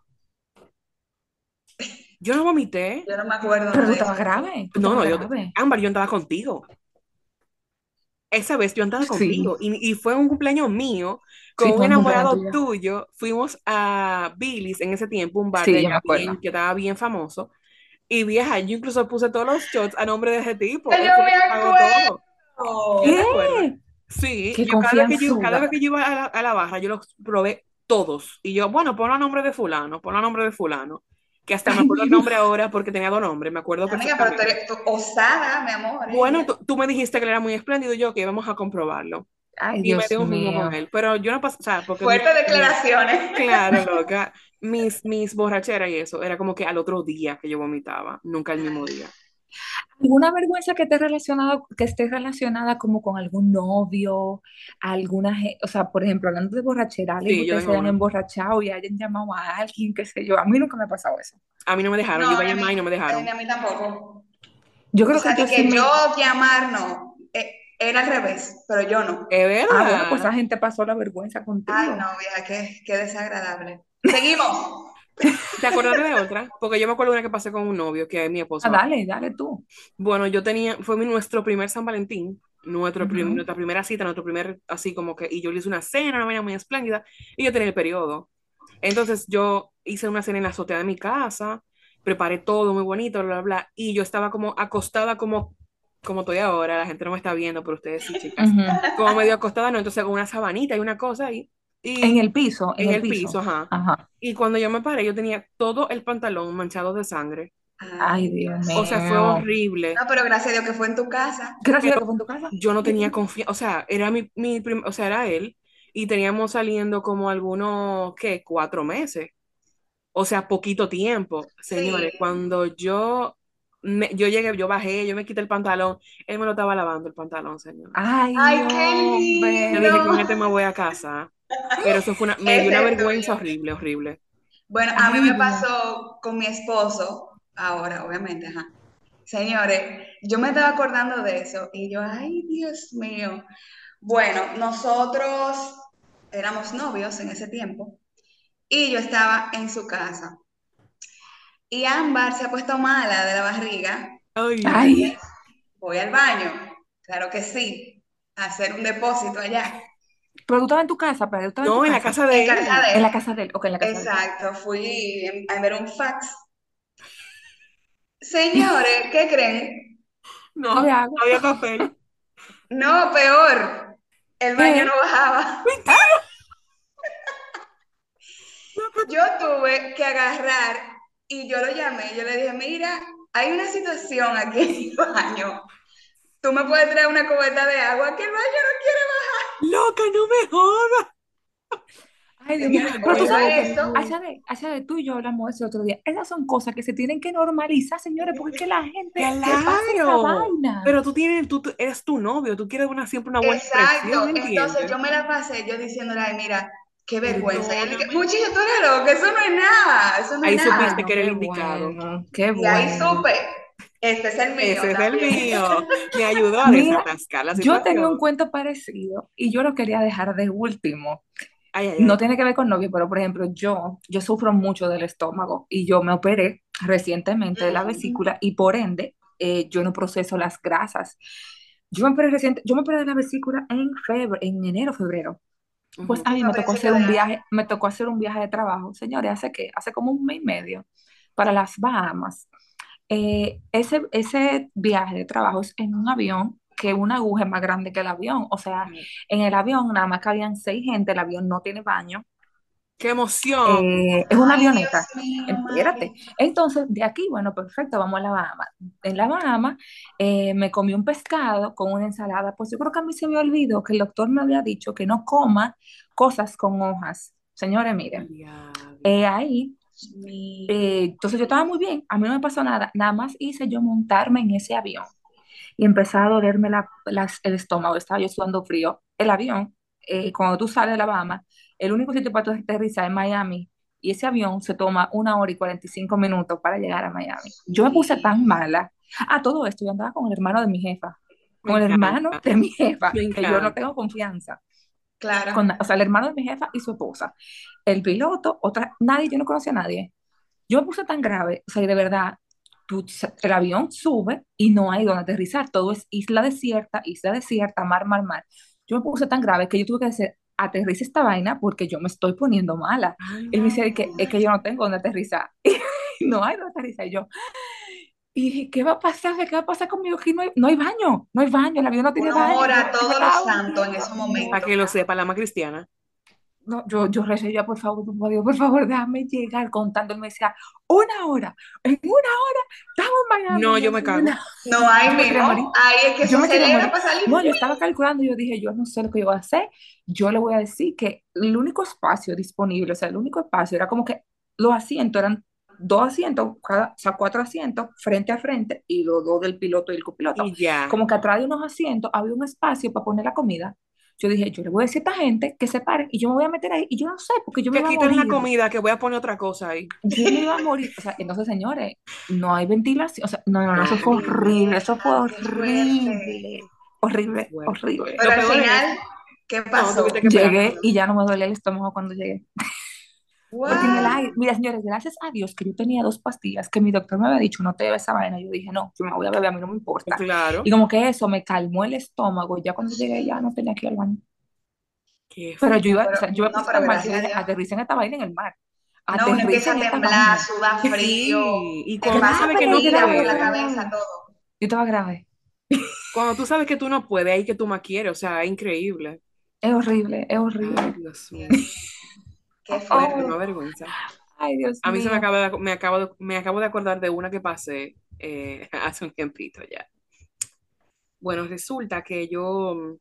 Speaker 2: Yo no vomité.
Speaker 3: yo no me acuerdo
Speaker 1: Pero tú
Speaker 3: de eso.
Speaker 1: estabas grave. Tú
Speaker 2: No,
Speaker 1: estabas
Speaker 2: no, yo,
Speaker 1: grave.
Speaker 2: Ámbar, yo andaba contigo. Esa vez yo andaba
Speaker 1: Sí,
Speaker 2: contigo y, y fue un cumpleaños mío con
Speaker 1: sí,
Speaker 2: un
Speaker 1: fue un cumpleaños
Speaker 2: enamorado
Speaker 1: tuyo.
Speaker 2: tuyo. Fuimos a Billy's en ese tiempo, un bar de
Speaker 1: Sí, yo
Speaker 2: allá
Speaker 1: me
Speaker 2: bien,
Speaker 1: acuerdo.
Speaker 2: que estaba bien famoso. Y vieja, yo incluso puse todos los shots a nombre de ese tipo.
Speaker 3: ¡Ay,
Speaker 2: Él fue
Speaker 3: yo
Speaker 2: que pagó todo.
Speaker 3: me
Speaker 2: ¿No te
Speaker 3: acuerdo!
Speaker 2: acuerdas?
Speaker 1: ¿Qué?
Speaker 2: Sí,
Speaker 1: Qué
Speaker 2: yo cada vez que yo, cada
Speaker 1: confianzuda.
Speaker 2: vez que yo iba a la, a la barra, yo los probé todos. Y yo, bueno, ponlo a nombre de fulano, ponlo a nombre de fulano. Que hasta me
Speaker 1: Ay,
Speaker 2: acuerdo
Speaker 1: mi
Speaker 2: el nombre ahora porque tenía dos nombres, me acuerdo
Speaker 3: Amiga, pero tú
Speaker 2: perfectamente.
Speaker 3: eres tú osada, mi amor, ¿eh?
Speaker 2: Bueno,
Speaker 3: ella.
Speaker 2: tú, tú me dijiste que él era muy espléndido y yo, que íbamos a comprobarlo.
Speaker 1: Ay,
Speaker 2: Y me
Speaker 1: Dios
Speaker 2: dio un jugo con
Speaker 1: mío.
Speaker 2: él. Pero yo no pasé, o sea, porque mi,
Speaker 3: Fuertes
Speaker 2: mi-
Speaker 3: declaraciones.
Speaker 2: claro, loca, mis, mis borracheras y eso, era como que al otro día que yo vomitaba, nunca el mismo día.
Speaker 1: ¿Alguna vergüenza que esté relacionada, que esté relacionada como con algún novio, alguna, ge- o sea, por ejemplo, hablando de borrachera, alguien que
Speaker 2: Sí, yo
Speaker 1: ustedes se
Speaker 2: tengo
Speaker 1: hayan
Speaker 2: una.
Speaker 1: emborrachado y hayan llamado a alguien, qué sé yo, a mí nunca me ha pasado eso.
Speaker 2: A mí no me dejaron,
Speaker 3: No,
Speaker 2: yo iba a
Speaker 3: ni a mí,
Speaker 2: llamar y no me
Speaker 3: eh, ni
Speaker 2: dejaron.
Speaker 3: a mí tampoco.
Speaker 1: Yo
Speaker 3: O
Speaker 1: creo
Speaker 3: sea,
Speaker 1: que
Speaker 3: de
Speaker 1: yo sí
Speaker 3: que yo
Speaker 1: me,
Speaker 3: llamar, no. Eh, Era al revés, pero yo no.
Speaker 2: Es
Speaker 1: Ah, bueno,
Speaker 2: verdad.
Speaker 1: pues esa gente pasó la vergüenza contigo.
Speaker 3: Ay, Ah, no, vieja, qué, qué desagradable. Seguimos.
Speaker 2: ¿Te acuerdas de otra? Porque yo me acuerdo de una que pasé con un novio, que es mi esposo.
Speaker 1: Ah, dale, dale tú.
Speaker 2: Bueno, yo tenía, fue mi- nuestro primer San Valentín, nuestro prim-
Speaker 1: Ujú.
Speaker 2: nuestra primera cita, nuestro primer, así como que, y yo le hice una cena, una vaina muy espléndida, y yo tenía el periodo. Entonces yo hice una cena en la azotea de mi casa, preparé todo muy bonito, bla, bla, bla, y yo estaba como acostada como, como estoy ahora, la gente no me está viendo, pero ustedes sí, chicas,
Speaker 1: Ujú.
Speaker 2: como medio acostada, no, entonces con una sabanita y una cosa ahí, y
Speaker 1: En el piso, en el
Speaker 2: en el
Speaker 1: piso.
Speaker 2: piso, ajá.
Speaker 1: Ajá.
Speaker 2: Y cuando yo me paré, yo tenía todo el pantalón manchado de sangre.
Speaker 1: Ay, Dios mío.
Speaker 2: O sea, fue horrible.
Speaker 3: No, pero gracias a Dios que fue en tu casa.
Speaker 1: Gracias a Dios que fue en tu casa.
Speaker 2: yo no tenía confianza, o sea, era mi, mi prim- o sea, era él, y teníamos saliendo como algunos, ¿qué? Cuatro meses, o sea, poquito tiempo, señores,
Speaker 3: Sí.
Speaker 2: cuando yo, me- yo llegué, yo bajé, yo me quité el pantalón, él me lo estaba lavando el pantalón, señor.
Speaker 1: Ay,
Speaker 3: Ay, qué
Speaker 2: Yo
Speaker 1: hombre.
Speaker 2: dije, con
Speaker 3: lindo.
Speaker 2: este me voy a casa, pero eso fue una, me dio
Speaker 3: Ese
Speaker 2: una
Speaker 3: es
Speaker 2: vergüenza
Speaker 3: tuyo.
Speaker 2: horrible, horrible.
Speaker 3: Bueno, a mí
Speaker 1: Ay,
Speaker 3: me
Speaker 1: Dios.
Speaker 3: pasó con mi esposo, ahora, obviamente, ajá. Señores, yo me estaba acordando de eso y yo, ay, Dios mío. Bueno, nosotros éramos novios en ese tiempo y yo estaba en su casa. Y Ámbar se ha puesto mala de la barriga.
Speaker 2: Ay,
Speaker 1: Ay,
Speaker 3: Voy al baño, claro que sí, a hacer un depósito allá.
Speaker 1: pero tú estabas en tu casa, pero tú estabas en tu
Speaker 2: no, en la
Speaker 1: casa.
Speaker 2: casa
Speaker 3: En
Speaker 2: de él.
Speaker 3: casa de
Speaker 1: En
Speaker 3: él.
Speaker 1: la casa de él, ok, en la casa de él.
Speaker 3: Exacto, fui en- a ver un fax. Señores, ¿qué creen?
Speaker 2: No,
Speaker 1: Había agua.
Speaker 2: había papel.
Speaker 3: No, peor. El baño
Speaker 1: ¿Qué?
Speaker 3: no bajaba. Yo tuve que agarrar y yo lo llamé. Yo le dije, mira, hay una situación aquí en el baño. Tú me puedes traer una cubeta de agua que el baño no quiere
Speaker 2: Loca, no me jodas.
Speaker 1: Ay, Dios mío.
Speaker 3: Señores,
Speaker 1: Pero tú
Speaker 3: pero
Speaker 1: sabes que,
Speaker 3: eso,
Speaker 1: allá de, allá de tú y yo hablamos eso otro día. Esas son cosas que se tienen que normalizar, señores, porque es que la gente se pasa esa
Speaker 2: Claro,
Speaker 1: vaina.
Speaker 2: pero tú tienes, tú, tú- eres tu novio, tú quieres una, siempre una buena
Speaker 3: exacto.
Speaker 2: impresión,
Speaker 3: Entonces
Speaker 2: ¿entiendes?
Speaker 3: yo me la pasé yo diciéndole, ay, mira, qué vergüenza. Y él dije,
Speaker 2: Perdóname.
Speaker 3: muchachos, tú eres loco, eso no es nada, eso no es
Speaker 2: Ahí
Speaker 3: nada.
Speaker 2: supiste
Speaker 1: Bueno,
Speaker 2: que era el
Speaker 1: qué
Speaker 2: indicado.
Speaker 1: bueno, qué
Speaker 3: Y ahí
Speaker 1: bueno.
Speaker 3: supe, este es el mío
Speaker 2: Ese es el
Speaker 3: también.
Speaker 2: mío. Me ayudó a
Speaker 1: Mira,
Speaker 2: desatascar la
Speaker 1: yo tenía un
Speaker 2: situación.
Speaker 1: cuento parecido y yo lo quería dejar de último.
Speaker 2: Ay, ay,
Speaker 1: No
Speaker 2: ay.
Speaker 1: tiene que ver con novio, pero por ejemplo, yo, yo sufro mucho del estómago y yo me operé recientemente de la
Speaker 3: Ujú.
Speaker 1: vesícula y por ende eh, yo no proceso las grasas. Yo me operé reciente, yo me operé de la vesícula en febrero, en enero, febrero. Pues
Speaker 2: Ujú.
Speaker 1: a mí me
Speaker 3: A
Speaker 1: tocó hacer
Speaker 3: principio de
Speaker 1: un
Speaker 3: año.
Speaker 1: viaje, me tocó hacer un viaje de trabajo, señores, hace qué, hace como un mes y medio para las Bahamas. Eh, ese, ese viaje de trabajo es en un avión que una aguja es más grande que el avión. O sea, en el avión nada más cabían seis gente, el avión no tiene baño.
Speaker 2: ¡Qué emoción!
Speaker 1: Eh, es una
Speaker 3: Ay, Dios
Speaker 1: avioneta.
Speaker 3: mío,
Speaker 1: Espérate.
Speaker 3: Mari.
Speaker 1: Entonces, de aquí, bueno, perfecto, vamos a La Bahama. En La Bahama eh, me comí un pescado con una ensalada. Pues yo creo que a mí se me olvidó que el doctor me había dicho que no coma cosas con hojas. Señores, miren,
Speaker 2: Diablo.
Speaker 1: eh, ahí
Speaker 3: Dios mío.
Speaker 1: eh, entonces yo estaba muy bien, a mí no me pasó nada, nada más hice yo montarme en ese avión y empezaba a dolerme la- las- el estómago, estaba yo sudando frío. El avión, eh, cuando tú sales de La Bahama, el único sitio para tú aterrizar es Miami y ese avión se toma una hora y 45 minutos para llegar a Miami. Yo me puse tan
Speaker 3: Sí.
Speaker 1: mala. A todo esto yo andaba con el hermano de mi jefa,
Speaker 2: Me
Speaker 1: con el hermano
Speaker 2: encanta,
Speaker 1: de mi jefa,
Speaker 2: me
Speaker 1: que yo no
Speaker 2: encanta.
Speaker 1: tengo confianza con,
Speaker 3: Claro.
Speaker 1: o sea, el hermano de mi jefa y su esposa, el piloto, otra, nadie, yo no conocía a nadie. Yo me puse tan grave, o sea, y de verdad, tú, sa- el avión sube y no hay donde aterrizar, todo es isla desierta, isla desierta, mar, mar, mar. Yo me puse tan grave que yo tuve que decir, aterriza esta vaina porque yo me estoy poniendo mala. Él me
Speaker 2: Anda.
Speaker 1: dice de que es que yo no tengo donde aterrizar. Y no hay donde aterrizar. Y yo, y dije, ¿qué va a pasar? ¿Qué va a pasar conmigo? Aquí no hay, no hay baño, no hay baño, el avión no tiene
Speaker 3: Uno
Speaker 1: baño. Yo,
Speaker 3: ora
Speaker 1: yo me
Speaker 3: todos los
Speaker 1: estaba
Speaker 3: santos en
Speaker 1: volviendo
Speaker 3: esos
Speaker 2: Para
Speaker 3: momentos.
Speaker 2: que lo sepa la más cristiana.
Speaker 1: no, yo, yo recé, yo, por favor, por Dios, por favor, déjame llegar contando. Él me decía, una hora, en una hora, estamos en Miami,
Speaker 2: No,
Speaker 1: en
Speaker 2: yo me
Speaker 1: menos de
Speaker 2: cago.
Speaker 1: una
Speaker 3: No, ahí
Speaker 1: Yo me quería morir,
Speaker 3: mismo. Ahí es que
Speaker 1: yo
Speaker 3: se
Speaker 1: me quería
Speaker 3: celebra
Speaker 1: morir.
Speaker 3: para salir.
Speaker 1: No, yo estaba calculando, yo dije, yo no sé lo que yo voy a hacer, yo le voy a decir que el único espacio disponible, o sea, el único espacio era como que los asientos eran dos asientos, cada, o sea, cuatro asientos frente a frente y los dos del piloto y el copiloto.
Speaker 2: Y ya.
Speaker 1: Como que atrás de unos asientos había un espacio para poner la comida. Yo dije, yo le voy a decir a esta gente que se paren y yo me voy a meter ahí y yo no sé porque yo me
Speaker 2: Que
Speaker 1: iba a
Speaker 2: quiten la
Speaker 1: morir.
Speaker 2: comida, que voy a poner otra cosa ahí.
Speaker 1: Yo me iba a morir. O sea, entonces, señores, no hay ventilación. O sea, no, no, no, eso
Speaker 2: No.
Speaker 1: fue
Speaker 3: Ay,
Speaker 1: horrible, eso fue
Speaker 3: vieja, qué fuerte.
Speaker 1: horrible. horrible,
Speaker 2: Bueno,
Speaker 1: horrible.
Speaker 3: Pero al
Speaker 2: peor es-
Speaker 3: final, ¿qué pasó?
Speaker 2: tuviste que-
Speaker 1: Llegué y ya no me dolía el estómago cuando llegué.
Speaker 3: What?
Speaker 1: Porque en el aire, mira, señores, gracias a Dios que yo tenía dos pastillas que mi doctor me había dicho, no te bebes esa vaina. Yo dije, no, yo me voy a beber, a mí no me importa.
Speaker 2: Claro.
Speaker 1: Y como que eso me calmó el estómago. y Ya cuando llegué, ya no tenía que ir al baño.
Speaker 2: Qué f-
Speaker 1: Pero yo iba,
Speaker 3: Pero-
Speaker 1: o sea, yo iba
Speaker 3: no,
Speaker 1: pensando
Speaker 3: pero
Speaker 1: mal,
Speaker 3: gracias
Speaker 1: yo dije,
Speaker 3: a Dios.
Speaker 1: aterricen esta vaina en el mar.
Speaker 3: No, uno empieza a
Speaker 1: Aterricen esta
Speaker 3: temblar,
Speaker 1: vaina.
Speaker 3: suda
Speaker 2: Sí,
Speaker 3: frío,
Speaker 2: y
Speaker 3: te
Speaker 2: cuando tú
Speaker 3: pasa
Speaker 2: sabes que no
Speaker 1: peligro,
Speaker 3: por la
Speaker 1: puede.
Speaker 2: puedes,
Speaker 3: cabeza todo.
Speaker 1: Yo estaba grave.
Speaker 2: cuando tú sabes que tú no puedes, ahí que tú más quieres, o sea, es increíble.
Speaker 1: Es horrible, es horrible.
Speaker 2: Ay, Dios mío,
Speaker 3: Qué
Speaker 1: Oh.
Speaker 2: Verga,
Speaker 3: fuerte.
Speaker 2: no vergüenza.
Speaker 1: Ay, Dios
Speaker 2: A mí se me
Speaker 1: mío.
Speaker 2: acaba de, me acabo de, me acabo de acordar de una que pasé eh, hace un tiempito ya. Bueno, resulta que yo mm,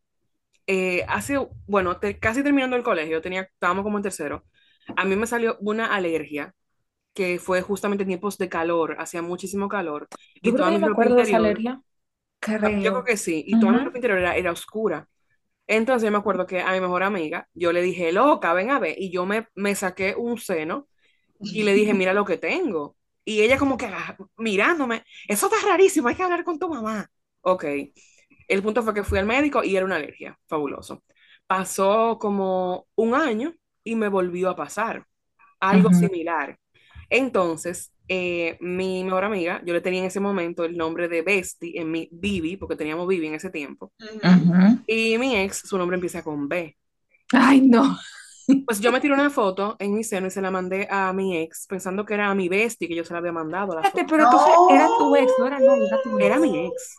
Speaker 2: eh, hace, bueno, te- casi terminando el colegio, tenía, estábamos como en tercero, a mí me salió una alergia que fue justamente en tiempos de calor, hacía muchísimo calor, y
Speaker 1: Yo creo que
Speaker 2: toda mi
Speaker 1: yo me
Speaker 2: ropa
Speaker 1: acuerdo de esa
Speaker 2: interior,
Speaker 1: alergia.
Speaker 2: a- yo creo
Speaker 1: Creo.
Speaker 2: que sí, y toda mi
Speaker 1: Ujú.
Speaker 2: ropa interior era, era oscura. Entonces yo me acuerdo que a mi mejor amiga, yo le dije, loca, ven a ver, y yo me, me saqué un seno y le dije, mira lo que tengo. Y ella como que ah, mirándome, eso está rarísimo, hay que hablar con tu mamá. Ok, el punto fue que fui al médico y era una alergia, fabuloso. Pasó como un año y me volvió a pasar algo
Speaker 1: Ujú.
Speaker 2: similar. Entonces, eh, mi mejor amiga, yo le tenía en ese momento el nombre de Bestie en mi Bibi, porque teníamos Bibi en ese tiempo,
Speaker 3: Ujú.
Speaker 1: Ujú.
Speaker 2: y mi ex, su nombre empieza con B.
Speaker 1: Ay, no.
Speaker 2: Pues yo me tiré una foto en mi seno y se la mandé a mi ex, pensando que era a mi bestie, que yo se la había mandado la
Speaker 1: Espérate,
Speaker 2: foto.
Speaker 1: pero entonces era tu ex, no era novio, era tu
Speaker 2: Era
Speaker 1: ex.
Speaker 2: mi ex.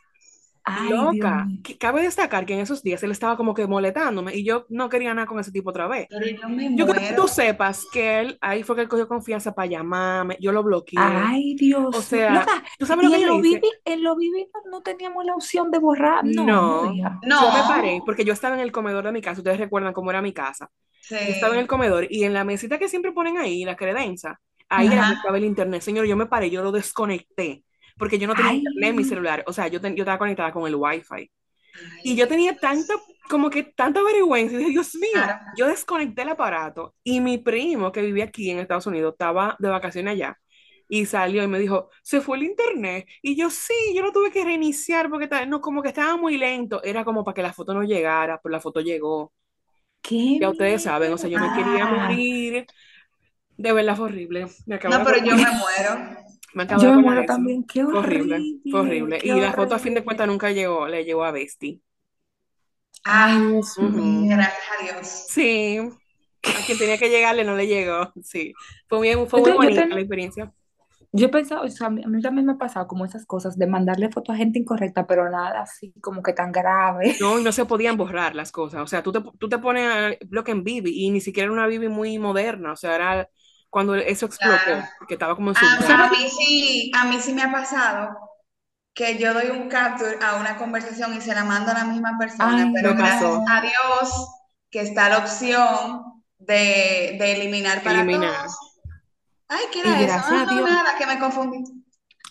Speaker 1: Ay, Dios
Speaker 2: Loca.
Speaker 1: mío.
Speaker 2: Que- Cabe destacar que en esos días él estaba como que moletándome y yo no quería nada con ese tipo otra vez.
Speaker 3: Pero yo me
Speaker 2: Yo creo que tú
Speaker 3: muero.
Speaker 2: sepas que él, ahí fue que él cogió confianza para llamarme, yo lo bloqueé.
Speaker 1: Ay,
Speaker 2: O
Speaker 1: Dios mío.
Speaker 2: sea,
Speaker 1: Loca,
Speaker 2: ¿tú sabes lo
Speaker 1: y
Speaker 2: que
Speaker 1: en
Speaker 2: yo
Speaker 1: lo
Speaker 2: hice?
Speaker 1: vivi, en lo vivi no, no teníamos la opción de borrar. No, no,
Speaker 2: No,
Speaker 1: hija.
Speaker 2: yo me paré
Speaker 3: No,
Speaker 2: porque yo estaba en el comedor de mi casa, ustedes recuerdan cómo era mi casa. Yo estaba en el
Speaker 3: sí.
Speaker 2: comedor y en la mesita que siempre ponen ahí, la credenza, ahí era que
Speaker 3: Ajá.
Speaker 2: estaba el internet. Señor, yo me paré, yo lo desconecté porque yo no tenía internet en mi
Speaker 1: Ay,
Speaker 2: celular. O sea, yo, ten- yo estaba conectada con el wifi. Y
Speaker 3: Ay,
Speaker 2: yo tenía tanta, como que tanta vergüenza. Y dije, Dios mío,
Speaker 3: claro.
Speaker 2: yo desconecté el aparato. Y mi primo que vivía aquí en Estados Unidos estaba de vacaciones allá. Y salió y me dijo, se fue el internet. Y yo, sí, yo lo tuve que reiniciar porque ta- no, como que estaba muy lento. Era como para que la foto no llegara, pero la foto llegó.
Speaker 1: qué
Speaker 2: Ya ustedes saben, o sea, yo me quería
Speaker 1: mierda.
Speaker 2: morir. De verdad fue horrible. Me acabo de
Speaker 3: ah. No, pero yo
Speaker 2: acordar,
Speaker 3: me muero.
Speaker 2: me acabo
Speaker 1: Yo
Speaker 2: de
Speaker 1: me
Speaker 2: acordar
Speaker 1: muero
Speaker 2: de eso.
Speaker 1: también. Qué
Speaker 2: Fue horrible,
Speaker 1: horrible,
Speaker 2: fue horrible.
Speaker 1: qué
Speaker 2: Y la foto a fin de
Speaker 1: horrible.
Speaker 2: cuentas nunca llegó, le llegó a Besti.
Speaker 1: Ay,
Speaker 3: Ah,
Speaker 1: Dios
Speaker 2: Ujú.
Speaker 1: mío.
Speaker 3: gracias a Dios.
Speaker 2: Sí, a quien tenía que llegarle no le llegó. Sí, fue muy, fue muy
Speaker 1: Entonces yo
Speaker 2: bonita la
Speaker 1: tenía,
Speaker 2: experiencia.
Speaker 1: yo pensaba, o sea, a mí a mí también me ha pasado como esas cosas de mandarle fotos a gente incorrecta, pero nada así como que tan grave.
Speaker 2: No, y no se podían borrar las cosas. O sea, tú te, tú te pones a- bloque en Bibi y ni siquiera era una Bibi muy moderna. O sea, era cuando eso
Speaker 3: Claro. Ah,
Speaker 2: explotó, que estaba como en su
Speaker 1: ¿Tú sabes?
Speaker 3: A, a
Speaker 2: prime.
Speaker 3: mí sí, a mí sí me ha pasado que yo doy un capture a una conversación y se la mando a la misma persona,
Speaker 1: Ay,
Speaker 3: pero
Speaker 2: Me
Speaker 3: gracias
Speaker 2: pasó.
Speaker 1: no.
Speaker 3: a Dios que está la opción de, de eliminar para
Speaker 2: Eliminar.
Speaker 3: todos. Ay, ¿qué
Speaker 1: Y
Speaker 3: era eso?
Speaker 1: gracias
Speaker 3: Ah,
Speaker 1: a
Speaker 3: no,
Speaker 1: Dios.
Speaker 3: nada, que me confundí.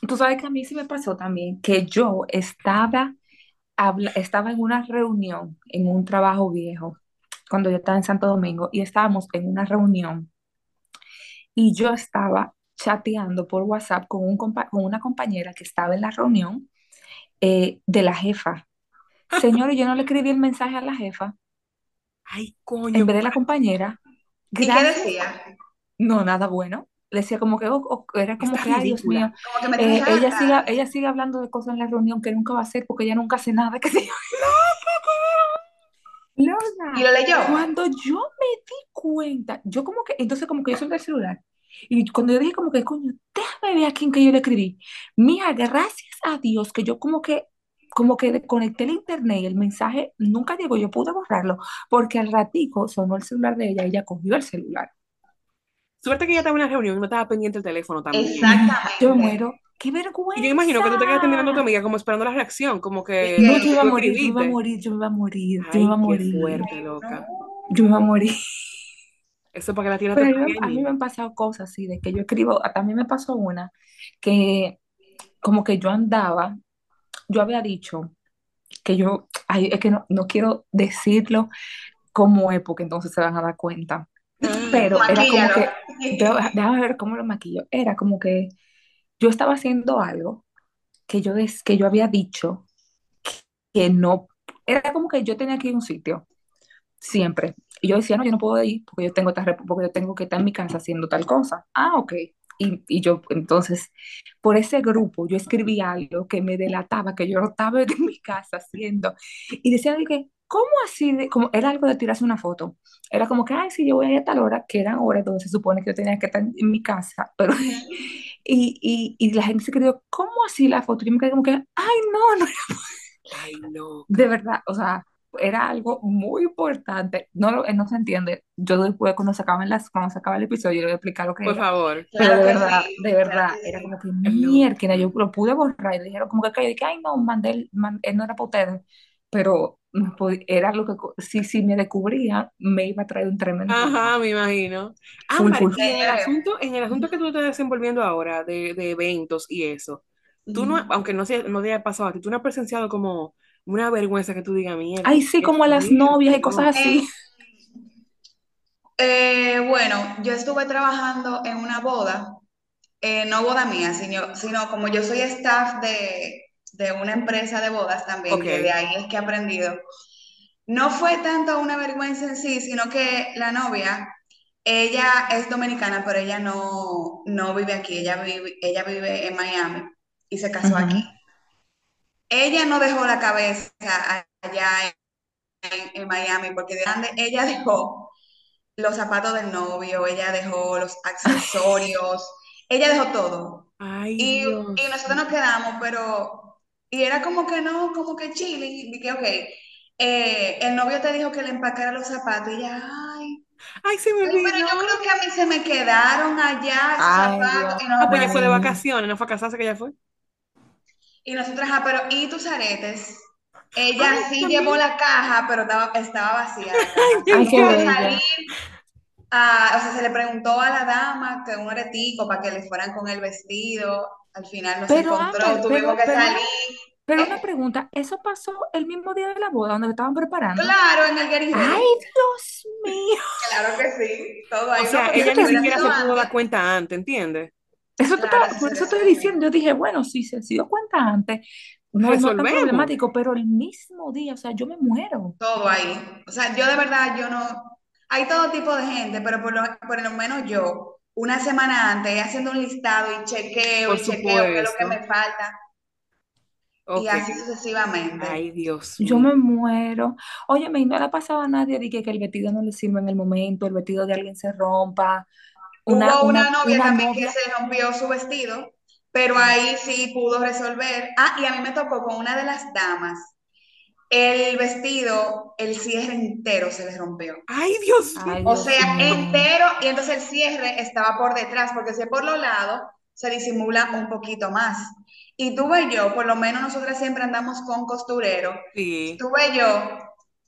Speaker 1: Tú sabes que a mí sí me pasó también que yo estaba, habla- estaba en una reunión en un trabajo viejo, cuando yo estaba en Santo Domingo, y estábamos en una reunión y yo estaba chateando por WhatsApp con, un compa- con una compañera que estaba en la reunión eh, de la jefa. Señores, yo no le escribí el mensaje a la jefa,
Speaker 2: Ay, coño,
Speaker 1: en vez de la
Speaker 2: pa-
Speaker 1: compañera.
Speaker 3: ¿Y qué
Speaker 1: Gracias.
Speaker 3: decía?
Speaker 1: No, nada bueno. Le decía como que, o- o- era como
Speaker 2: está
Speaker 1: que, ay, Dios mío,
Speaker 2: ridícula.
Speaker 3: Como que me tienes
Speaker 1: eh, ella sigue,
Speaker 3: harta.
Speaker 1: ella sigue hablando de cosas en la reunión que nunca va a hacer porque ella nunca hace nada, que se
Speaker 3: ¿Y
Speaker 1: Lona,
Speaker 3: lo leyó?
Speaker 1: cuando yo me di cuenta, yo como que, entonces como que yo solté el celular. Y cuando yo dije como que, coño, déjame ver a quién que yo le escribí. Mira, gracias a Dios que yo como que, como que desconecté el internet y el mensaje nunca llegó, yo pude borrarlo, porque al ratico sonó el celular de ella y ella cogió el celular.
Speaker 2: Suerte que ya estaba en la reunión y no estaba pendiente el teléfono también.
Speaker 1: Mija, yo me
Speaker 3: Exactamente.
Speaker 1: muero. ¡Qué
Speaker 2: Y yo imagino que tú te quedaste mirando a tu
Speaker 1: vergüenza!
Speaker 2: amiga como esperando la reacción, como
Speaker 3: ¿Y
Speaker 2: que
Speaker 1: No,
Speaker 2: lo
Speaker 1: yo
Speaker 2: que
Speaker 1: iba a
Speaker 2: tú
Speaker 1: morir, yo me iba a
Speaker 2: escribiste.
Speaker 1: morir, yo me iba a morir, yo me iba a
Speaker 2: Ay, qué
Speaker 1: morir,
Speaker 2: fuerte, loca.
Speaker 1: yo me iba a
Speaker 3: No.
Speaker 1: morir.
Speaker 2: Eso para que la tierra te
Speaker 1: Pero a mí,
Speaker 2: pague
Speaker 1: me- a mí me
Speaker 2: allí.
Speaker 1: han pasado cosas así, de que yo escribo, a- también me pasó una, que como que yo andaba, yo había dicho que yo, ay, es que no, no quiero decirlo como es, porque entonces se van a dar cuenta,
Speaker 2: Ah,
Speaker 1: pero era como
Speaker 3: Maquíllalo.
Speaker 1: que, déjame ah, déjame ver cómo lo maquillo, era como que yo estaba haciendo algo que yo, des- que yo había dicho que no. Era como que yo tenía que ir a un sitio, siempre. Y yo decía, no, yo no puedo ir porque yo tengo, esta rep- porque yo tengo que estar en mi casa haciendo tal cosa. Ah, ok. Y, y yo, entonces, por ese grupo, yo escribí algo que me delataba, que yo no estaba en mi casa haciendo. Y decía de que, ¿cómo así? de- como, era algo de tirarse una foto. Era como que, ay, sí, yo voy a ir a tal hora, que eran horas donde se supone que yo tenía que estar en mi casa. Pero, y, y, y la gente se creyó, ¿cómo así la foto? Yo me quedé como que, ay, no, no.
Speaker 2: Ay, no.
Speaker 1: De verdad, o sea, era algo muy importante. No, lo- eh, no se entiende. Yo después, cuando se acaban las, cuando se acaba el episodio, yo le voy a explicar lo que
Speaker 2: Por
Speaker 1: era.
Speaker 2: favor.
Speaker 1: Pero de
Speaker 3: Claro que
Speaker 1: verdad,
Speaker 3: sí,
Speaker 1: de
Speaker 3: claro
Speaker 1: verdad,
Speaker 3: que
Speaker 1: era
Speaker 3: sí.
Speaker 1: como que
Speaker 2: No.
Speaker 1: mierda, yo lo pude borrar y le dijeron como que cayó, dije, ay no, mandé, el- man- él no era para ustedes, pero no pod- era lo que, co- si, si me descubría, me iba a traer un tremendo
Speaker 2: Ajá,
Speaker 1: problema.
Speaker 2: me imagino.
Speaker 1: Full,
Speaker 2: Ámbar,
Speaker 1: full,
Speaker 2: y
Speaker 1: full.
Speaker 3: Eh,
Speaker 2: en el asunto, en el asunto que tú te estás desenvolviendo ahora de, de eventos y eso, tú no,
Speaker 3: Ujú.
Speaker 2: aunque no, sea, no te haya pasado a ti, tú no has presenciado como una vergüenza que tú digas,
Speaker 1: Ay,
Speaker 2: miércoles,
Speaker 1: sí, como a las
Speaker 2: mío,
Speaker 1: novias y
Speaker 2: no.
Speaker 1: cosas
Speaker 3: Eh,
Speaker 1: así.
Speaker 3: eh, bueno, yo estuve trabajando en una boda, eh, no boda mía, sino, sino como yo soy staff de, de una empresa de bodas también, que de
Speaker 2: Ok.
Speaker 3: ahí es que he aprendido. No fue tanto una vergüenza en sí, sino que la novia, ella es dominicana, pero ella no, no vive aquí, ella vive, ella vive en Miami y se casó aquí.
Speaker 1: Ujú.
Speaker 3: Ella no dejó la cabeza a- allá en, en Miami, porque de grande ella dejó los zapatos del novio, ella dejó los accesorios, ella dejó todo.
Speaker 2: Ay,
Speaker 3: Y, y
Speaker 2: Dios.
Speaker 3: nosotros nos quedamos, pero, y era como que no, como que chile, y dije, ok, eh, el novio te dijo que le empacara los zapatos, y ella, ay,
Speaker 2: Ay, se me
Speaker 3: ay, pero
Speaker 2: olvidó.
Speaker 3: yo creo que a mí se me quedaron allá esos
Speaker 1: Ay,
Speaker 3: zapatos,
Speaker 1: Dios
Speaker 3: y nosotros,
Speaker 2: Ah, pues ya fue de
Speaker 1: mío.
Speaker 2: vacaciones, no fue a casarse que ya fue.
Speaker 3: y nosotras, ah, pero, ¿y tus aretes? Ella
Speaker 2: Ay,
Speaker 3: sí llevó
Speaker 2: también.
Speaker 3: la caja, pero estaba, estaba vacía la
Speaker 2: Ay, me
Speaker 3: caja,
Speaker 1: Ay, qué
Speaker 3: tuvimos que
Speaker 2: encanta.
Speaker 3: salir.
Speaker 1: bella.
Speaker 3: Ah, o sea, se le preguntó a la dama que un aretico para que le fueran con el vestido. Al final no se
Speaker 1: Pero
Speaker 3: encontró,
Speaker 1: Amber,
Speaker 3: tuvimos
Speaker 1: pero,
Speaker 3: que
Speaker 1: pero
Speaker 3: salir.
Speaker 1: una, pero una
Speaker 3: ¿Eh?
Speaker 1: pregunta, ¿eso pasó el mismo día de la boda donde lo estaban preparando?
Speaker 3: Claro, en el Gary
Speaker 1: Ay,
Speaker 3: Ready.
Speaker 1: Dios mío.
Speaker 3: Claro que sí, todo
Speaker 2: O
Speaker 3: ahí. No,
Speaker 2: sea,
Speaker 3: porque
Speaker 2: ella
Speaker 3: si
Speaker 2: ni
Speaker 3: hubiera
Speaker 2: siquiera
Speaker 3: sido
Speaker 2: se pudo
Speaker 3: antes,
Speaker 2: dar cuenta antes, ¿entiendes?
Speaker 1: Eso te
Speaker 3: claro,
Speaker 1: estaba-
Speaker 3: si se
Speaker 1: por eso
Speaker 3: hubiera
Speaker 1: estoy
Speaker 3: sido antes.
Speaker 1: diciendo, yo dije, bueno, si se se dio cuenta antes, no, no es tan
Speaker 2: Resolvemos.
Speaker 1: problemático, pero el mismo día, o sea, yo me muero.
Speaker 3: Todo ahí. O sea, yo de verdad, yo no. Hay todo tipo de gente, pero por lo, por lo menos yo, una semana antes, haciendo un listado y chequeo
Speaker 2: Por
Speaker 3: y chequeo qué es lo que
Speaker 2: supuesto.
Speaker 3: me falta, y
Speaker 2: Ok.
Speaker 3: así sucesivamente.
Speaker 2: Ay, Dios
Speaker 1: Yo
Speaker 2: mío.
Speaker 1: me muero. Oye, me no le pasaba a nadie de que, que el vestido no le sirva en el momento, el vestido de alguien se rompa, una,
Speaker 3: Hubo una
Speaker 1: una,
Speaker 3: novia
Speaker 1: una
Speaker 3: también que
Speaker 1: novia.
Speaker 3: se rompió su vestido, pero
Speaker 1: Ay,
Speaker 3: ahí sí pudo resolver. Ah, y a mí me tocó con una de las damas. El vestido, el cierre entero se le rompió.
Speaker 2: Ay, Dios mío.
Speaker 1: ay,
Speaker 3: O
Speaker 1: Dios
Speaker 3: sea, este
Speaker 1: mío.
Speaker 3: entero, y entonces el cierre estaba por detrás, porque si es por los lados, se disimula un poquito más. Y tuve yo, por lo menos nosotras siempre andamos con costurero,
Speaker 2: Sí.
Speaker 3: tuve yo,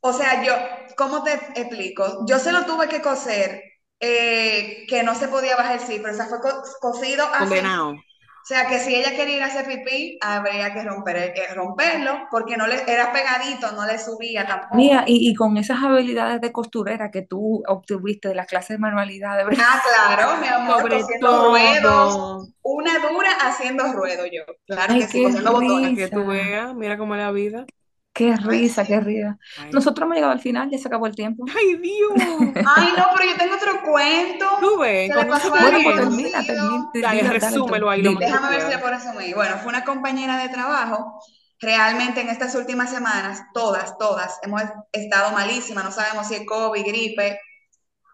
Speaker 3: o sea, yo, ¿cómo te explico? Yo se lo tuve que coser, eh, que no se podía bajar el cifre, o sea, fue co- cosido así.
Speaker 2: Condenado.
Speaker 3: O sea, que si ella quería ir a hacer pipí, habría que romper, eh, romperlo, porque no le, era pegadito, no le subía tampoco.
Speaker 1: Mira, y, y con esas habilidades de costurera que tú obtuviste de la clase de manualidad, de verdad.
Speaker 3: Ah, claro, mi amor,
Speaker 2: Sobre
Speaker 3: cosiendo ruedos.
Speaker 2: todo.
Speaker 3: Una dura haciendo ruedo yo. Claro
Speaker 1: Ay,
Speaker 3: que sí,
Speaker 1: qué
Speaker 3: cosiendo botones.
Speaker 2: Para que
Speaker 1: risa,
Speaker 2: tú veas, mira cómo es la vida.
Speaker 1: qué
Speaker 3: Ay,
Speaker 1: risa,
Speaker 3: sí.
Speaker 1: qué risa.
Speaker 2: Ay,
Speaker 1: Nosotros hemos llegado al final, ya se acabó el tiempo.
Speaker 2: ay, Dios.
Speaker 3: Ay, no, pero yo tengo otro cuento
Speaker 2: Tú ves,
Speaker 3: que le
Speaker 2: con
Speaker 3: pasó
Speaker 2: eso
Speaker 3: a
Speaker 1: Bueno,
Speaker 3: alguien
Speaker 1: pues
Speaker 2: tenemos.
Speaker 1: termina,
Speaker 3: conocido.
Speaker 1: termina, di-
Speaker 2: Dale,
Speaker 1: di- dale tú,
Speaker 2: resúmelo ahí lo
Speaker 1: dilo.
Speaker 2: más que
Speaker 3: Déjame ver si le
Speaker 2: puedas.
Speaker 3: puedo resumir. Bueno, fue una compañera de trabajo. Realmente en estas últimas semanas, todas, todas, hemos estado malísimas. No sabemos si es COVID, gripe,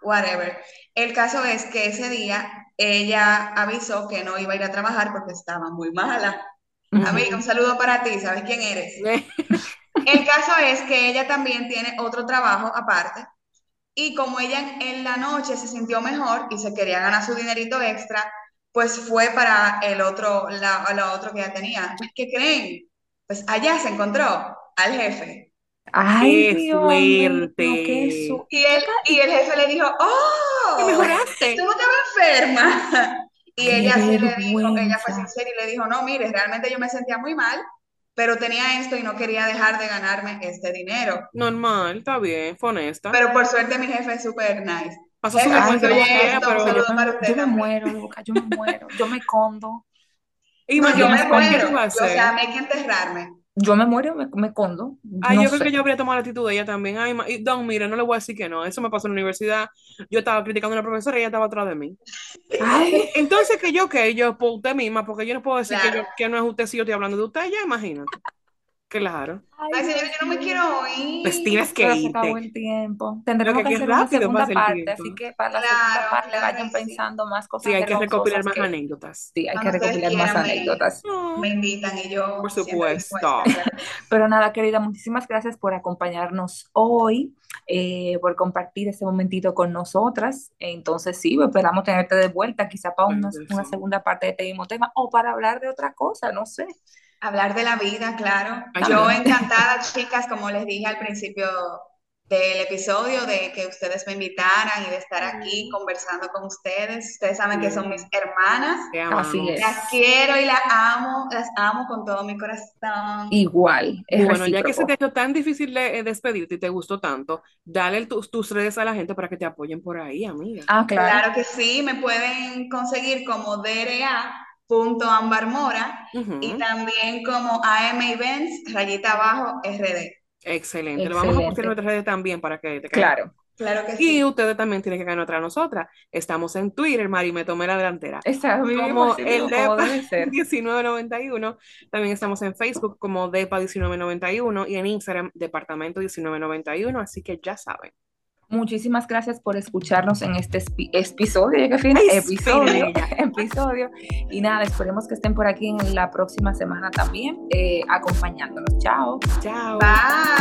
Speaker 3: whatever. El caso es que ese día ella avisó que no iba a ir a trabajar porque estaba muy mala. Amiga, un saludo para ti, ¿sabes quién eres?
Speaker 2: Ujú.
Speaker 3: El caso es que ella también tiene otro trabajo aparte y como ella en en la noche se sintió mejor y se quería ganar su dinerito extra, pues fue para el otro, la, la otro que ella tenía. Pues, ¿qué creen? Pues allá se encontró al jefe
Speaker 1: Ay,
Speaker 2: ¡Qué
Speaker 1: Dios mío, qué
Speaker 2: suerte!
Speaker 1: su...
Speaker 3: y
Speaker 1: ¿Y qué
Speaker 3: él,
Speaker 1: ca-
Speaker 3: y
Speaker 1: y-
Speaker 3: el jefe le dijo,
Speaker 2: ¡Te
Speaker 3: oh, tú
Speaker 2: mejoraste!
Speaker 3: no estabas enferma. Y
Speaker 1: Qué
Speaker 3: ella sí le dijo, ella
Speaker 1: vergüenza.
Speaker 3: fue sincera y le dijo, no, mire, realmente yo me sentía muy mal, pero tenía esto y no quería dejar de ganarme este dinero.
Speaker 2: Normal, está bien, fue honesta.
Speaker 3: Pero por suerte mi jefe es súper nice.
Speaker 2: Pasó su
Speaker 3: Jefe,
Speaker 1: Ay,
Speaker 3: cuando
Speaker 2: vergüenza como
Speaker 3: oye
Speaker 2: quiera,
Speaker 1: gracias.
Speaker 2: pero...
Speaker 3: esto, un
Speaker 1: Yo
Speaker 3: saludo
Speaker 1: me,
Speaker 3: para
Speaker 1: mu- yo
Speaker 3: usted
Speaker 1: me
Speaker 3: también.
Speaker 1: muero, loca, yo me muero. Yo me condo.
Speaker 3: No,
Speaker 1: Yo
Speaker 3: yo
Speaker 1: me
Speaker 3: me
Speaker 2: Imagínate, ¿cuál- ¿qué
Speaker 1: escondo.
Speaker 2: tú
Speaker 3: muero.
Speaker 2: vas a
Speaker 3: Yo, o sea, a
Speaker 2: hacer?
Speaker 3: mí hay que enterrarme.
Speaker 1: yo me muero, me, me condo.
Speaker 2: Ay,
Speaker 1: no
Speaker 2: yo creo
Speaker 1: sé.
Speaker 2: que yo habría tomado la actitud de ella también. Ay, ma- y, Don, mira, no le voy a decir que no. Eso me pasó en la universidad. Yo estaba criticando a una profesora y ella estaba atrás de mí.
Speaker 1: Ay,
Speaker 2: Entonces, que yo, que yo, por usted misma, porque yo no puedo decir que,
Speaker 3: Claro.
Speaker 2: yo- que no es usted si yo estoy hablando de usted, ya imagínate. Claro.
Speaker 3: Ay, señora, yo no me quiero ir.
Speaker 2: Pues tienes que
Speaker 1: Pero se
Speaker 2: irte.
Speaker 1: acabó el tiempo. Tendremos
Speaker 2: Creo
Speaker 1: que
Speaker 2: que qué
Speaker 1: hacer una
Speaker 2: rápido
Speaker 1: segunda
Speaker 2: pasa el
Speaker 1: parte,
Speaker 2: tiempo.
Speaker 1: así que para la
Speaker 3: Claro,
Speaker 1: segunda parte
Speaker 3: claro
Speaker 1: vayan
Speaker 3: que sí.
Speaker 1: pensando más cosas
Speaker 2: Sí, hay que
Speaker 1: vergonzosas
Speaker 2: recopilar más
Speaker 1: que...
Speaker 2: anécdotas.
Speaker 1: Sí, hay que
Speaker 3: Cuando ustedes
Speaker 1: recopilar más
Speaker 3: quieran, me-
Speaker 1: anécdotas.
Speaker 2: No.
Speaker 3: Me invitan y yo
Speaker 2: Por
Speaker 3: siempre
Speaker 2: supuesto.
Speaker 3: dispuesta, claro.
Speaker 1: Pero nada, querida, muchísimas gracias por acompañarnos hoy, eh, por compartir este momentito con nosotras. Entonces, sí, esperamos tenerte de vuelta, quizá para
Speaker 2: Claro
Speaker 1: una,
Speaker 2: que
Speaker 1: una
Speaker 2: sí.
Speaker 1: segunda parte de este mismo tema o para hablar de otra cosa, no sé.
Speaker 3: Hablar de la vida, claro.
Speaker 2: Ay,
Speaker 3: Yo
Speaker 2: sí.
Speaker 3: encantada, chicas, como les dije al principio del episodio, de que ustedes me invitaran y de estar
Speaker 2: Mm.
Speaker 3: aquí conversando con ustedes. Ustedes saben que son mis hermanas.
Speaker 2: Te
Speaker 1: Así
Speaker 2: amamos.
Speaker 1: es.
Speaker 3: Las quiero y las amo, las amo con todo mi corazón.
Speaker 1: Igual, es
Speaker 2: Bueno, ya que se
Speaker 1: recíproco.
Speaker 2: te ha hecho tan difícil de- eh, despedirte y te gustó tanto, dale el- tus, tus redes a la gente para que te apoyen por ahí, amiga.
Speaker 1: Ah, claro.
Speaker 3: Claro que sí, me pueden conseguir como
Speaker 1: Ah,
Speaker 3: DRA.ambarmora y
Speaker 2: Ujú.
Speaker 3: también como AM Events, rayita abajo, RD.
Speaker 2: Excelente. Lo vamos a postear en
Speaker 1: Excelente.
Speaker 2: nuestras redes también para que te caiga.
Speaker 1: Claro,
Speaker 3: Claro que
Speaker 2: Y
Speaker 3: sí.
Speaker 2: ustedes también tienen que caer otra a nosotras. Estamos en Twitter, Mari, me tomé la delantera.
Speaker 1: está vivimos
Speaker 2: Como
Speaker 1: así
Speaker 2: el
Speaker 1: mismo, como
Speaker 2: DEPA
Speaker 1: debe ser.
Speaker 2: 1991. También estamos en Facebook como DEPA 1991 y en Instagram Departamento 1991. Así que ya saben.
Speaker 1: Muchísimas gracias por escucharnos en este espi- episodio, ya que fin,
Speaker 2: Ay,
Speaker 1: episodio,
Speaker 2: espinilla.
Speaker 1: episodio. Y nada, esperemos que estén por aquí en la próxima semana también, eh, acompañándonos. Chao.
Speaker 2: Chao.
Speaker 3: Bye.